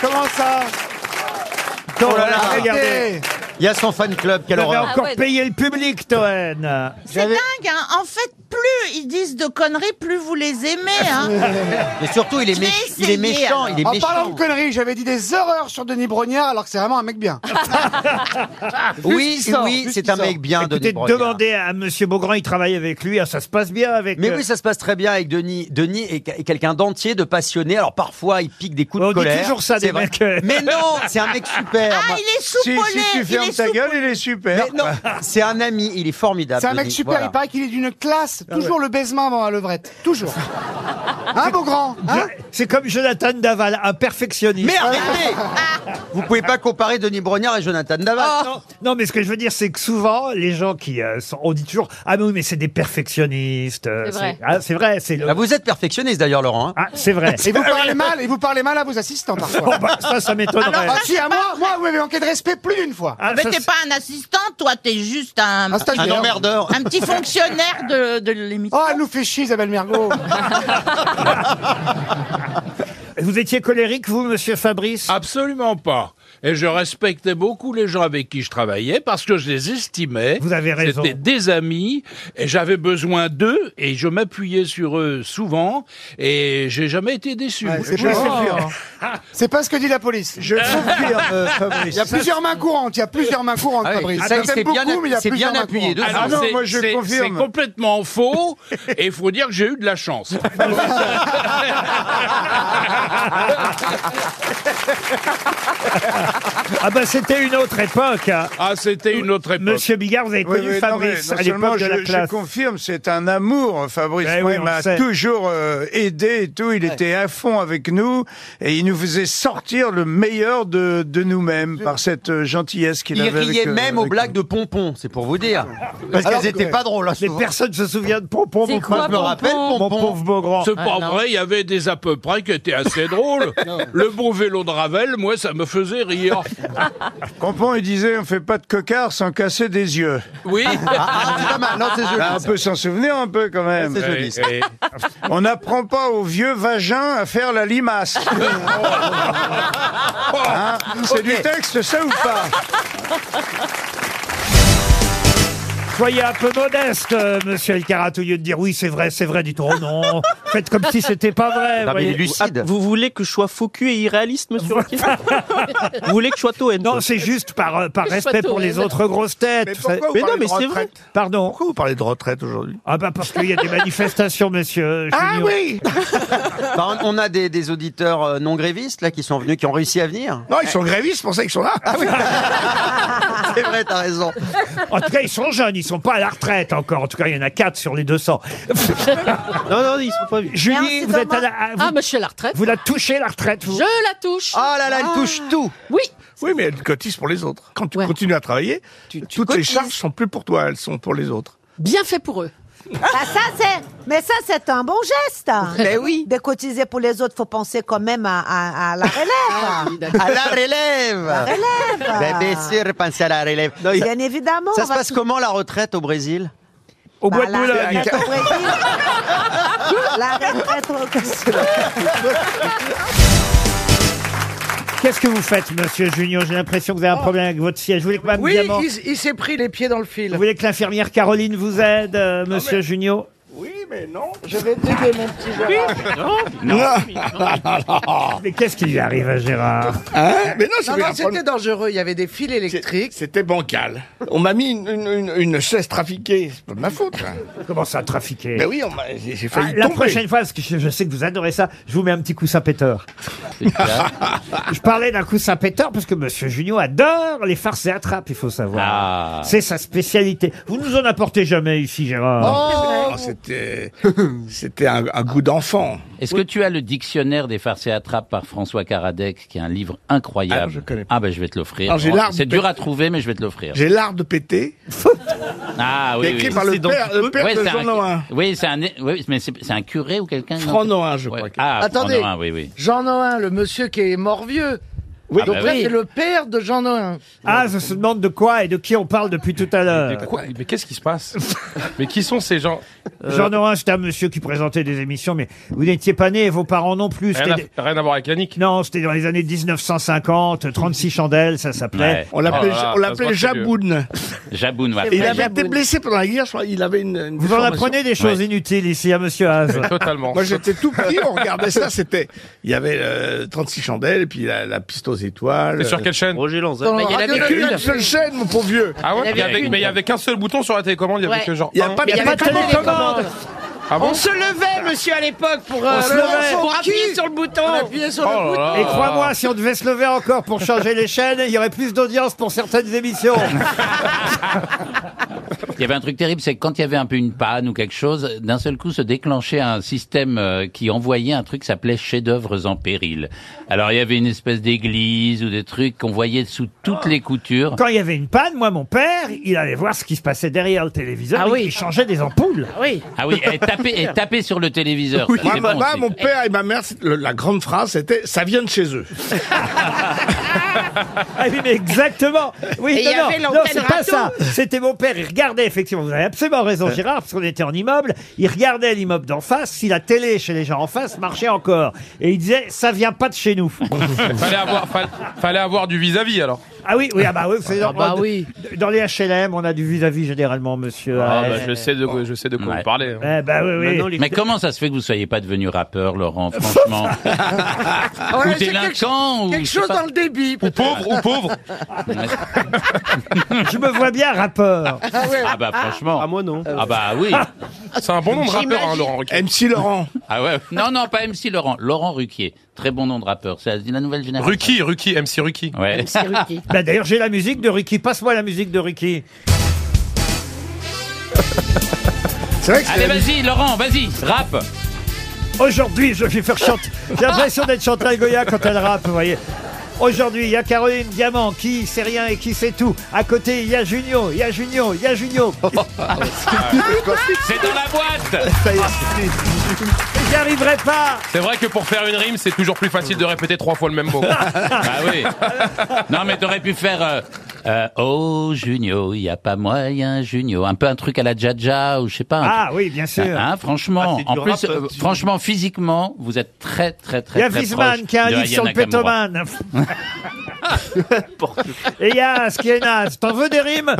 comment ça Oh là là, regardez. Il y a son fan club, quelle Vous avez horreur. encore Ah ouais. payé le public, Toen. C'est dingue, hein. En fait, plus ils disent de conneries, plus vous les aimez, hein. Mais surtout, il est, Je vais mé- il est essayer, méchant, il est En parlant méchant. de conneries, j'avais dit des horreurs sur Denis Brognard alors que c'est vraiment un mec bien. Oui, qu'il sort, oui, juste c'est qu'il un mec sort. bien, Écoutez, Denis Brognard. demandez à Monsieur Beaugrand, il travaille avec lui, ah, ça se passe bien avec Mais euh, oui, ça se passe très bien avec Denis. Denis est, est quelqu'un d'entier, de passionné. Alors parfois, il pique des coups On de dit colère. toujours ça des C'est vrai. mecs, euh. Mais non, c'est un mec super. Ah, Moi- il est soupolé. il est soupolé. il est super. Mais non, c'est un ami, il est formidable. C'est un mec Denis, super, voilà. il paraît qu'il est d'une classe. Ah Toujours le baisement avant la levrette. Toujours. Hein, beau grand hein C'est comme Jonathan Daval, un perfectionniste. Ah, Mais arrêtez Vous pouvez pas comparer Denis Brognard et Jonathan Daval. Non, non, mais ce que je veux dire, c'est que souvent, les gens qui euh, sont- on dit toujours, ah mais oui, mais c'est des perfectionnistes. euh, C'est vrai. ah, c'est vrai, c'est le- Bah, vous êtes perfectionniste d'ailleurs, Laurent. hein. Ah, c'est vrai. Et vous parlez mal, et vous parlez mal à vos assistants Oh, parfois. bah, ça, ça m'étonnerait. Ah si, à moi, moi, vous m'avez manqué de respect plus d'une fois. Ah, Mais ça, t'es c'est- pas un assistant, toi, t'es juste un, Ah, Un stagiaire. Ah, Un emmerdeur. un petit fonctionnaire de, de l'émission. Oh, elle nous fait chier, Isabelle Mergo. Vous étiez colérique, vous, monsieur Ah, Fabrice Absolument pas. Et je respectais beaucoup les gens avec qui je travaillais parce que je les estimais. Vous avez raison. C'était des amis et j'avais besoin d'eux et je m'appuyais sur eux souvent et j'ai jamais été déçu. C'est pas, Oh. C'est pas ce que dit la police. Je confirme, Fabrice. Il y a plusieurs mains courantes, il y a plusieurs mains courantes, Ah oui, Fabrice. ça, Je il t'aime s'est bien, beaucoup, mais il y a c'est plusieurs bien mains appuyé. courantes. de- Ah Alors, Ah, c'est- c'est- C'est complètement faux et il faut dire que j'ai eu de la chance. Ah bah c'était une autre époque. hein. Ah, c'était une autre époque. Monsieur Bigard, vous avez Oui, connu oui, non, mais Fabrice non à l'époque seulement de je, la je classe. confirme, c'est un amour, Fabrice. Eh Moi, oui, on le il m'a sait. toujours euh, aidé et tout. Il était à fond avec nous et il nous faisait sortir le meilleur de, de nous-mêmes par cette euh, gentillesse qu'il Il avait. avec, riait euh, même aux avec blagues de Pompon, c'est pour vous dire. Parce Alors, qu'elles étaient ouais. pas drôles. hein, Mais souvent. personne se souvient de Pompon, C'est mon, quoi, Moi, je me Pompon rappelle mon Pompon. pauvre Beaugrand. C'est Ah, pas vrai, il y avait des à peu près qui étaient assez drôles. Le bon vélo de Ravel, moi, ça me faisait rire. nous. Pompon, il disait, on fait pas de cocard sans casser des yeux. Oui. Ah, c'est pas mal. Non, c'est joli. Là, on peut s'en souvenir un peu quand même. C'est joli. ça. Et- et- On n'apprend pas aux vieux vagins à faire la limace. Hein c'est du texte, ça ou pas Soyez un peu modeste, euh, monsieur El Kharat, au lieu de dire oui, c'est vrai, c'est vrai, du tout. Oh non, faites comme si c'était pas vrai. Ah, Non, mais il est voyez. lucide. Ah, Vous voulez que je sois faux cul et irréaliste, monsieur Roquet Vous voulez que je sois Toen Non, c'est juste par, euh, par Que je sois respect pour taurine. les autres grosses têtes. vous savez. Mais non, mais c'est vrai. Pardon. Pourquoi vous parlez de retraite aujourd'hui Ah bah parce qu'il y a des manifestations, monsieur. Ah Junior. oui Bah, on on a des, des auditeurs euh, non grévistes là qui sont venus, qui ont réussi à venir. Non, ils sont grévistes, c'est pour ça qu'ils sont là. Ah C'est vrai, t'as raison. En tout cas, ils sont jeunes, ils sont pas à la retraite encore. En tout cas, il y en a quatre sur les 200. Non, non, ils sont pas vus. Julie, Merci, vous êtes à la, à- vous, Ah, mais je suis à la retraite. vous la touchez la retraite. Vous. Je la touche. Oh là là, elle touche tout. Oui. Oui, mais elle cotise pour les autres. Quand tu Ouais. continues à travailler, toutes les cotises. charges sont plus pour toi, elles sont pour les autres. Bien fait pour eux. Ah, ça, c'est... Mais ça, c'est un bon geste. Mais oui. De cotiser pour les autres, faut penser quand même à, à- à la relève. À Ah. la relève. relève. Mais bien sûr, pensez à la relève. Non, il- Bien évidemment. ça on se va passe tout- comment la retraite au Brésil Au Bah, bois de la Boulogne. retraite au Brésil. La retraite au- Qu'est-ce que vous faites, monsieur Junior J'ai l'impression que vous Oh. avez un problème avec votre siège. Vous voulez que Mme Diamant- s'est pris les pieds dans le fil. Ah, Vous voulez que l'infirmière Caroline vous aide, euh, monsieur Junio Oui, mais non. Je vais t'aider, mon petit Gérard. Mais qu'est-ce qui lui arrive à Gérard Hein mais non, c'est bien un problème. dangereux, il y avait des fils électriques. C'était bancal. On m'a mis une, une, une- une chaise trafiquée. C'est pas de ma faute. hein. Comment ça, trafiquer Ben oui, on m'a- j'ai j'ai failli Ah, la tomber. prochaine fois, parce que je, je sais que vous adorez ça, je vous mets un petit coussin péteur. je parlais d'un coussin péteur parce que Monsieur Junio adore les farces et attrapes, il faut Ah. savoir. C'est sa spécialité. Vous nous en apportez jamais ici, Gérard. Oh, C'était c'était un, un goût d'enfant. Est-ce que tu as le dictionnaire des farces et attrapes par François Karadec, qui est un livre incroyable Ah, je connais pas. Ah ben je vais te l'offrir. Alors, j'ai Bon, l'arme C'est de- dur à trouver, mais je vais te l'offrir. J'ai l'art de péter, Ah oui, écrit oui. par le père, le père Ouais, de c'est Jean un- Noin. Oui, c'est un, oui, mais c'est c'est un curé ou quelqu'un non Franc Noin, je Ouais. crois. que- Ah, Franc Attendez. Noin, oui, oui. Jean Noël, le monsieur qui est mort vieux. Oui, Ah donc bah là, oui. c'est le père de Jean Noël. Ah, je se demande de quoi et de qui on parle depuis tout à l'heure. mais qu'est-ce qui se passe Mais qui sont ces gens Jean Norin, c'était Euh, un monsieur qui présentait des émissions, mais vous n'étiez pas né et vos parents non plus. Rien à- C'était- voir avec Yannick Non, c'était dans les années 1950, 36 chandelles, ça s'appelait. Ouais. On l'appelait- Oh là là, on l'appelait ça se voit que c'est vieux. Jaboun. Jaboun, ouais. Et il avait été blessé pendant la guerre, je crois, il avait une. une Vous en déformation. apprenez des choses inutiles ici à Monsieur Haas. Mais totalement. Moi, j'étais tout petit, on regardait ça, c'était. Il y avait euh, 36 chandelles, et puis la, la piste aux étoiles. Et sur quelle chaîne Euh, Roger Lanza. Dans Mais la il y en radio, avait il y a qu'une qu'une. seule chaîne, mon pauvre vieux. Ah ouais Il y mais, avait avec- une. mais il y avait qu'un seul bouton sur la télécommande, il y avait Ouais. que genre. Il y a pas de- Mais il y avait pas de télécommande. Ah bon on se levait, monsieur, à l'époque pour, euh, On se levait. pour appuyer sur le bouton. Oh Et crois-moi, si on devait se lever encore pour changer les chaînes, il y aurait plus d'audience pour certaines émissions. Il y avait un truc terrible, c'est que quand il y avait un peu une panne ou quelque chose, d'un seul coup se déclenchait un système euh, qui envoyait un truc qui s'appelait chefs-d'œuvre en péril. Alors il y avait une espèce d'église ou des trucs qu'on voyait sous toutes les coutures. Quand il y avait une panne, moi, mon père, il allait voir ce qui se passait derrière le téléviseur. Ah et oui. Il changeait des ampoules. oui. Ah oui, et taper, et taper sur le téléviseur. Oui. ça, Moi, c'est bon moi, aussi. mon père et ma mère, c'est- le- la grande phrase, c'était ça vient de chez eux. Ah oui, mais exactement. Oui, Et il non, y non, avait non, l'antenne c'est pas râteau. ça. C'était mon père. Il regardait, effectivement, vous avez absolument raison, Gérard, parce qu'on était en immeuble. Il regardait l'immeuble d'en face, si la télé chez les gens en face marchait encore. Et il disait, ça vient pas de chez nous. fallait, avoir, fall- fallait avoir du vis-à-vis alors. ah oui, oui, ah bah oui, vous savez, Ah bah dans, oui. dans les HLM, on a du vis-à-vis généralement, monsieur. Ah, Haas. bah, je sais de quoi, je sais de quoi Ouais. vous parlez. Eh bah oui, Ah oui. Mais comment ça se fait que vous soyez pas devenu rappeur, Laurent, franchement Ou c'est délinquant ou quelque je sais chose pas. dans le débit. Ou pauvre, ou pauvre. Je me vois bien rappeur. Ah ouais. Ah bah franchement. Ah moi non. Ah bah oui. C'est un bon nom de rappeur, hein, Laurent Ruquier. MC Laurent. Ah ouais. Non non pas MC Laurent. Laurent Ruquier. Très bon nom de rappeur. C'est la nouvelle génération. Ruki, Ruki, MC Ruki. Ouais. Bah, D'ailleurs, j'ai la musique de Ricky. Passe-moi la musique de Ricky. C'est vrai Allez vas-y Laurent, vas-y, rap. Aujourd'hui, je vais faire chanter. J'ai l'impression d'être Chantal Goya quand elle rappe, vous voyez. Aujourd'hui, il y a Caroline Diamant qui sait rien et qui sait tout. À côté, il y a Junio, il y a Junio, il y a Junio. C'est dans la boîte J'arriverai pas C'est vrai que pour faire une rime, c'est toujours plus facile de répéter trois fois le même mot. Ah oui. Non mais t'aurais pu faire. euh, euh, oh Junio, il y a pas moyen Junio, un peu un truc à la Jaja ou je sais pas. un Ah truc- oui, bien sûr. Hein, Ah, franchement, c'est en du plus, rap, euh, euh, franchement, physiquement, vous êtes très très très. Il y a très Wiesmann proche qui a un de livre sur le Aya Nakamura. pétomane. Et il y a Askenaz. T'en veux des rimes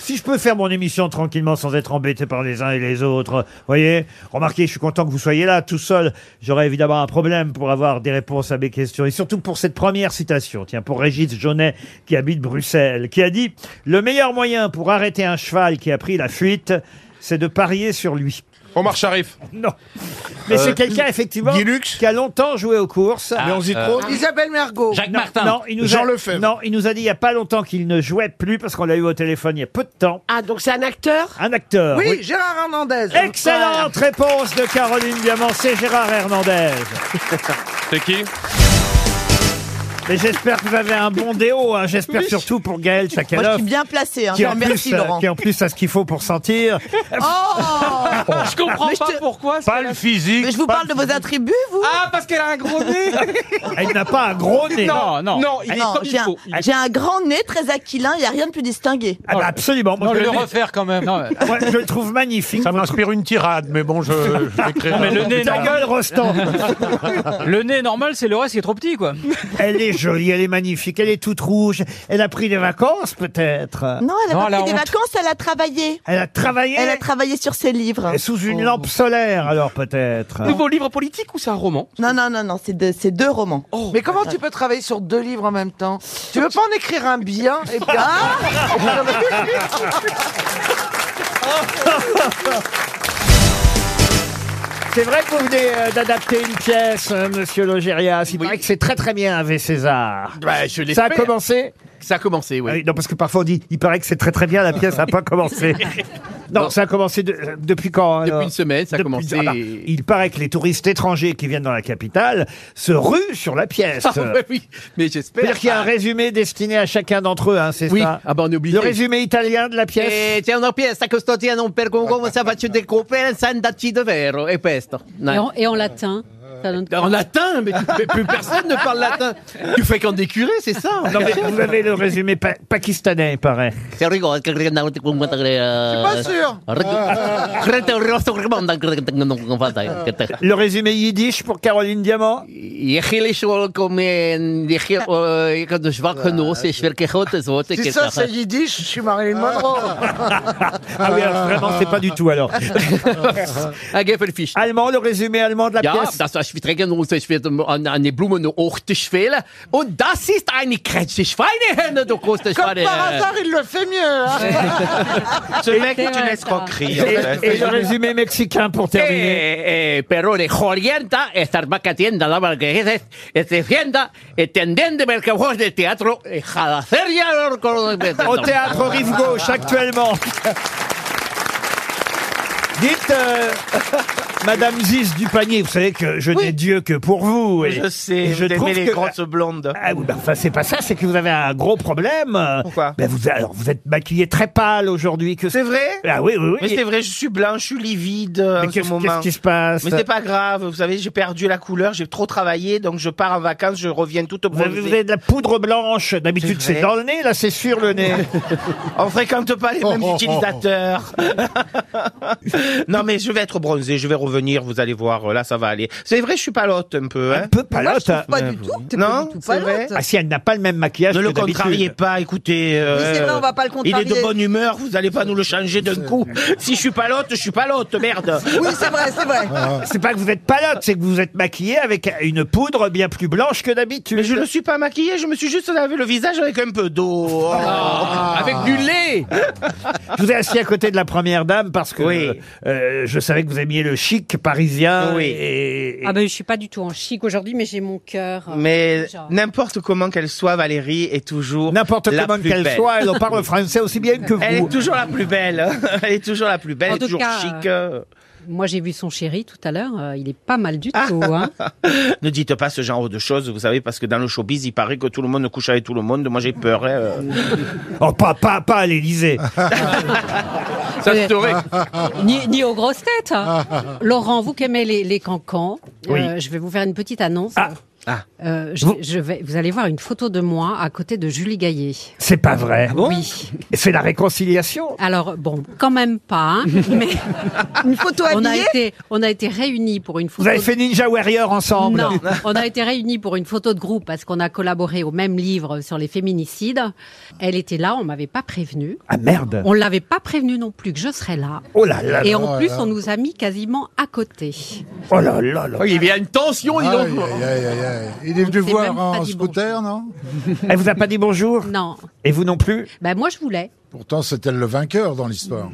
Si je peux faire mon émission tranquillement sans être embêté par les uns et les autres, voyez, remarquez, je suis content que vous soyez là tout seul. J'aurais évidemment un problème pour avoir des réponses à mes questions et surtout pour cette première citation. Tiens, pour Régis Jaunet qui habite Bruxelles, qui a dit Le meilleur moyen pour arrêter un cheval qui a pris la fuite, c'est de parier sur lui. Omar Sharif. Non. Mais Euh, c'est quelqu'un, effectivement, Oh. qui a longtemps joué aux courses. Oh, Mais on s'y Ah, trompe. euh, Isabelle Mergot. Non, Non, il nous Jean a, Lefebvre. Non, il nous a dit il n'y a pas longtemps qu'il ne jouait plus parce qu'on l'a eu au téléphone il y a peu de temps. Ah, donc c'est un acteur Un acteur. Oui, Gérard Hernandez. Excellente réponse de Caroline Diamant, c'est Gérard Hernandez. C'est qui Mais j'espère que vous avez un bon déo, hein. j'espère surtout pour Gaël Chakalov. Moi, je suis bien placé. Hein. qui Je vous en, remercie, plus, euh, Laurent. qui en plus a ce qu'il faut pour sentir. Oh Je comprends Mais je pas te- pourquoi. Pas le physique. Mais je vous parle de vos attributs, vous Ah, parce qu'elle a un gros nez. Elle n'a pas un gros nez. Non, non. Non, Ah il est comme il j'ai, un, faut. Il est- j'ai un grand nez très aquilin, il n'y a rien de plus distingué. Ah bah absolument. Moi, je je vais le le mets- refaire quand même. Moi, je le trouve magnifique. Ça m'inspire une tirade, mais bon, je, je l'écrirai. Non, mais le nez, Ta non. gueule, Rostand. Le nez normal, c'est le reste qui est trop petit, quoi. Elle est jolie, elle est magnifique, elle est toute rouge. Elle a pris des vacances peut-être. Non, elle a Non, pas la pris des honte. vacances, elle a travaillé. Elle a travaillé Elle a travaillé sur ses livres. Sous Oh. une lampe solaire alors peut-être. Nouveau livre politique ou c'est un roman Non, non, non, non, c'est deux, c'est deux romans. Mais comment tu peux travailler sur deux livres en même temps Tu veux pas en écrire un bien et puis C'est vrai que vous venez euh, d'adapter une pièce, euh, monsieur Logérias. Il paraît que c'est très très bien avec César. Ça a commencé Bah, Ça a commencé, oui. Ah oui, Non, parce que parfois on dit, il paraît que c'est très très bien, la pièce n'a pas commencé. Non, ça a commencé de- euh, depuis quand Depuis Ah bah, une semaine, ça a commencé- il paraît que les touristes étrangers qui viennent dans la capitale se ruent sur la pièce. Ah ouais, oui, mais j'espère. C'est-à-dire qu'il y a un résumé destiné à chacun d'entre eux, hein, c'est Oui. ça Ah ben, on est obligé. Le résumé italien de la pièce Eh, c'è una pièce che sto tirando per concorso, faccio del copiare senza ci davvero, è questo. Et en, et en latin En latin, mais tu- mais plus personne ne parle latin. Tu fréquentes des curés, c'est ça Non, mais vous avez le résumé pa- pakistanais, il paraît. C'est rigolo. pas sûr. Le résumé yiddish pour Caroline Diamant Si ça, c'est Yiddish, je suis Marilyn Monroe. Ah oui, alors vraiment, c'est pas du tout alors. Allemand, le résumé allemand de la Ja, pièce. das war Schwittrigen und ich werde an eine Blume nur auch die Schwelle. Und das ist eine Kretze Schweinehenne, du große Comme Schweine. par hasard, il le fait mieux. hein. Ce mec est une Et, escroquerie. et le résumé mexicain pour terminer. Eh, eh, pero de jorienta, estar vaca tienda, la marquesa, este fienda, tendente mercados de teatro, eh, jalaceria, Eh Au théâtre Rive Gauche actuellement. Dites, euh, Madame Ziz du panier, vous savez que je n'ai Dieu que pour vous. Et, Je sais, et vous aimez les grosses blondes. Ah oui, ben, enfin, c'est pas ça, c'est que vous avez un gros problème. Pourquoi ben, vous, alors, vous êtes maquillée très pâle aujourd'hui. que C'est vrai Ah oui, oui, oui. Mais c'est vrai, je suis blanc, je suis livide euh, Mais en ce qu'est-ce- moment. qu'est-ce qui se passe Mais c'est pas grave, vous savez, j'ai perdu la couleur, j'ai trop travaillé, donc je pars en vacances, je reviens tout au Vous avez, vous avez de la poudre blanche. D'habitude, C'est c'est vrai. dans le nez. Là, c'est sur le nez. On fréquente pas les mêmes Oh, oh, oh. utilisateurs. non, mais je vais être bronzé, je vais revenir, vous allez voir, euh, là, ça va aller. C'est vrai, je suis palote un peu. Un peu palote, Moi, je trouve pas hein. du tout. Non, c'est vrai. Ah, si elle n'a pas le même maquillage Ne que le d'habitude. contrariez pas, écoutez. euh, Oui, c'est vrai, on va pas le Il est contrarier. de bonne humeur, vous allez pas nous le changer d'un coup. Si je suis palote, je suis palote, merde. C'est pas que vous êtes palote, c'est que vous êtes maquillée avec une poudre bien plus blanche que d'habitude. Mais je ne suis pas maquillée, je me suis juste lavé le visage avec un peu d'eau. Oh. Ah. Ah. Avec du lait Je vous ai assis à côté de la première dame parce que euh, euh, je savais que vous aimiez le chic parisien. Oui. Et, et- Ah ben je suis pas du tout en chic aujourd'hui, mais j'ai mon cœur. euh, Mais genre. n'importe comment qu'elle soit, Valérie est toujours N'importe la comment plus qu'elle belle. soit, elle en parle français aussi bien que vous. Elle est toujours la plus belle. Elle est toujours la plus belle, En elle est tout toujours cas, chic. euh, Moi j'ai vu son chéri tout à l'heure, euh, il est pas mal du tout. hein. Ne dites pas ce genre de choses, vous savez, parce que dans le showbiz, il paraît que tout le monde couche avec tout le monde. Moi, j'ai peur. hein, euh. Oh, pas, pas, pas à l'Élysée. Ça se saurait. Euh, ni, ni aux grosses têtes. hein. Laurent, vous qui aimez les, les cancans, euh, Oui. Ah. je vais vous faire une petite annonce. Euh, je, je vais, vous allez voir une photo de moi à côté de Julie Gaillet. C'est pas vrai. oui. C'est la réconciliation. Alors bon, quand même pas, hein, mais une photo on a habillée été on a été réunis pour une photo. Vous avez fait Ninja Warrior ensemble. Non, on a été réunis pour une photo de groupe parce qu'on a collaboré au même livre sur les féminicides. Elle était là, on m'avait pas prévenu. Ah merde. On l'avait pas prévenu non plus que je serais là. Oh là là. Et en Oh plus, là. on nous a mis quasiment à côté. Oh là là là. Il y a une tension, il Aïe, aïe, aïe, aïe, aïe. Il est venu C'est voir même pas en dit scooter, non Elle vous a pas dit bonjour Non. Et vous non plus Ben moi, je voulais. Pourtant, c'est elle le vainqueur dans l'histoire.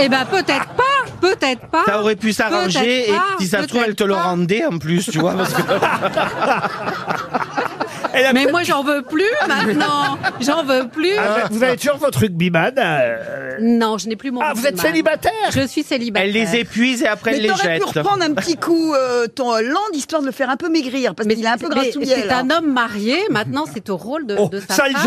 Eh ben peut-être pas, peut-être pas. Ça aurait pu s'arranger et Peut-être pas, si ça se trouve, peut-être elle te le rendait en plus, tu vois. Parce que... Mais moi, j'en veux plus maintenant. J'en veux plus. Ah, vous avez toujours votre rugbyman euh, Non, je n'ai plus mon. Ah, vous êtes Walkman. célibataire Je suis célibataire. Elle les épuise et après, elle Mais les t'aurais jette. pu reprendre un petit coup euh, ton Hollande, histoire de le faire un peu maigrir, parce qu'il est un peu Mais grassouillet. c'est là. un homme marié. Maintenant, c'est au rôle Oh, de, de sa ça le femme.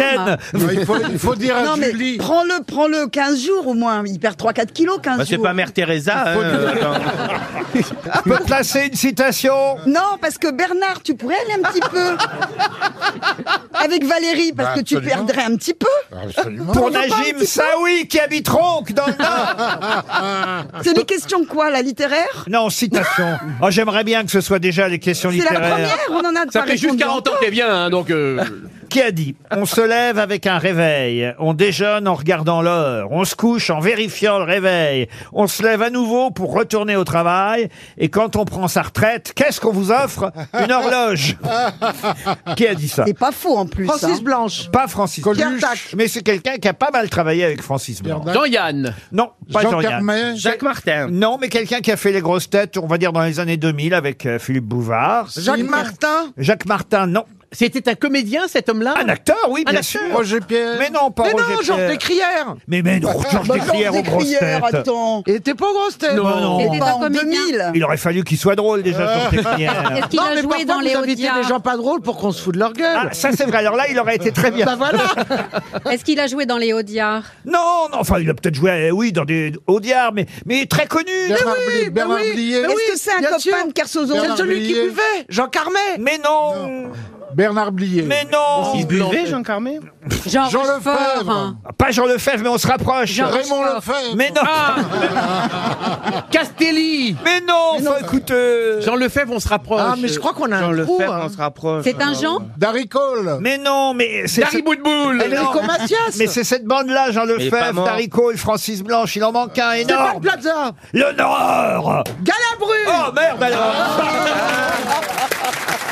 Oh, gêne. Non, il faut- il faut dire à non, mais Julie. Prends-le, prends-le 15 jours au moins. Il perd 3-4 kilos 15 Bah, c'est jours. pas Mère Teresa. hein, attends. Je peux placer une citation Non, parce que Bernard, tu pourrais aller un petit peu avec Valérie, parce Bah, que tu absolument. perdrais un petit peu. Pour Pourrions pas un Najim petit Saoui qui habite Ronc dans le Nord. peu C'est des questions quoi, la littéraire Non, citation. Oh, J'aimerais bien que ce soit déjà les questions C'est la littéraires. première, on en a Ça fait juste 40 ans qu'elle vient, hein, donc. euh, Qui a dit On se lève avec un réveil, on déjeune en regardant l'heure, on se couche en vérifiant le réveil, on se lève à nouveau pour retourner au travail, et quand on prend sa retraite, qu'est-ce qu'on vous offre Une horloge. qui a dit ça C'est pas faux en plus. hein. Francis Blanche. Pas Francis Coluche. Blanche. Mais c'est quelqu'un qui a pas mal travaillé avec Francis Blanche. Jean-Yann. Non, pas Jean Jean-Yann. Carmet. Jacques Martin. Non, mais quelqu'un qui a fait les grosses têtes, on va dire dans les années 2000 avec euh, Philippe Bouvard. Jacques Martin Jacques Martin, non. C'était un comédien, cet homme-là Un acteur, oui, bien sûr. Roger Pierre. Mais non, pas Mais Roger non, Georges Pierre. Descrières. Mais, mais non, Georges Bah, Georges Descrières aux grosses Descrières, têtes. attends. Il était pas aux grosses têtes. Non, non. C'était Oh, pas en 2000. Il aurait fallu qu'il soit drôle déjà, Ah. Georges Descrières. Est-ce qu'il non, a mais joué parfois, dans vous les invitez Audiards des gens pas drôles pour qu'on se fout de leur gueule. Ah, ça c'est vrai. Alors là, il aurait été très bien. Bah voilà. Est-ce qu'il a joué dans les Audiards Non, non, enfin, il a peut-être joué, euh, oui, dans des Audiards, mais, mais très connu. Bernard Mais oui, Blier, Bernard mais oui, Blier. mais oui, Est-ce que c'est un bien copain sûr. de Kersozon Bernard C'est celui qui Blier. buvait, Jean Carmet. Mais non. Bernard Blier. Mais non. Il buvait, Jean Carmé Jean, Jean Rochefort, Lefebvre. hein. Pas Jean Lefebvre, mais on se rapproche. Jean Raymond Rochefort. Lefebvre. Mais non. Ah. Castelli Mais non, enfin, écoute. euh, Jean Lefebvre, on se rapproche. Ah, mais je crois qu'on a Jean un trou, Lefebvre, hein. on se rapproche. C'est un Jean Darry Cole. Mais non, mais c'est. Dari Boudboul Mais non. Enrico Macias. Mais c'est cette bande-là, Jean pas Lefebvre, mort. Tarico et Francis Blanche, il en manque un Stéphane énorme. Plaza. L'honneur Galabru. Oh merde alors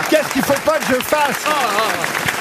Qu'est-ce qu'il faut pas que je fasse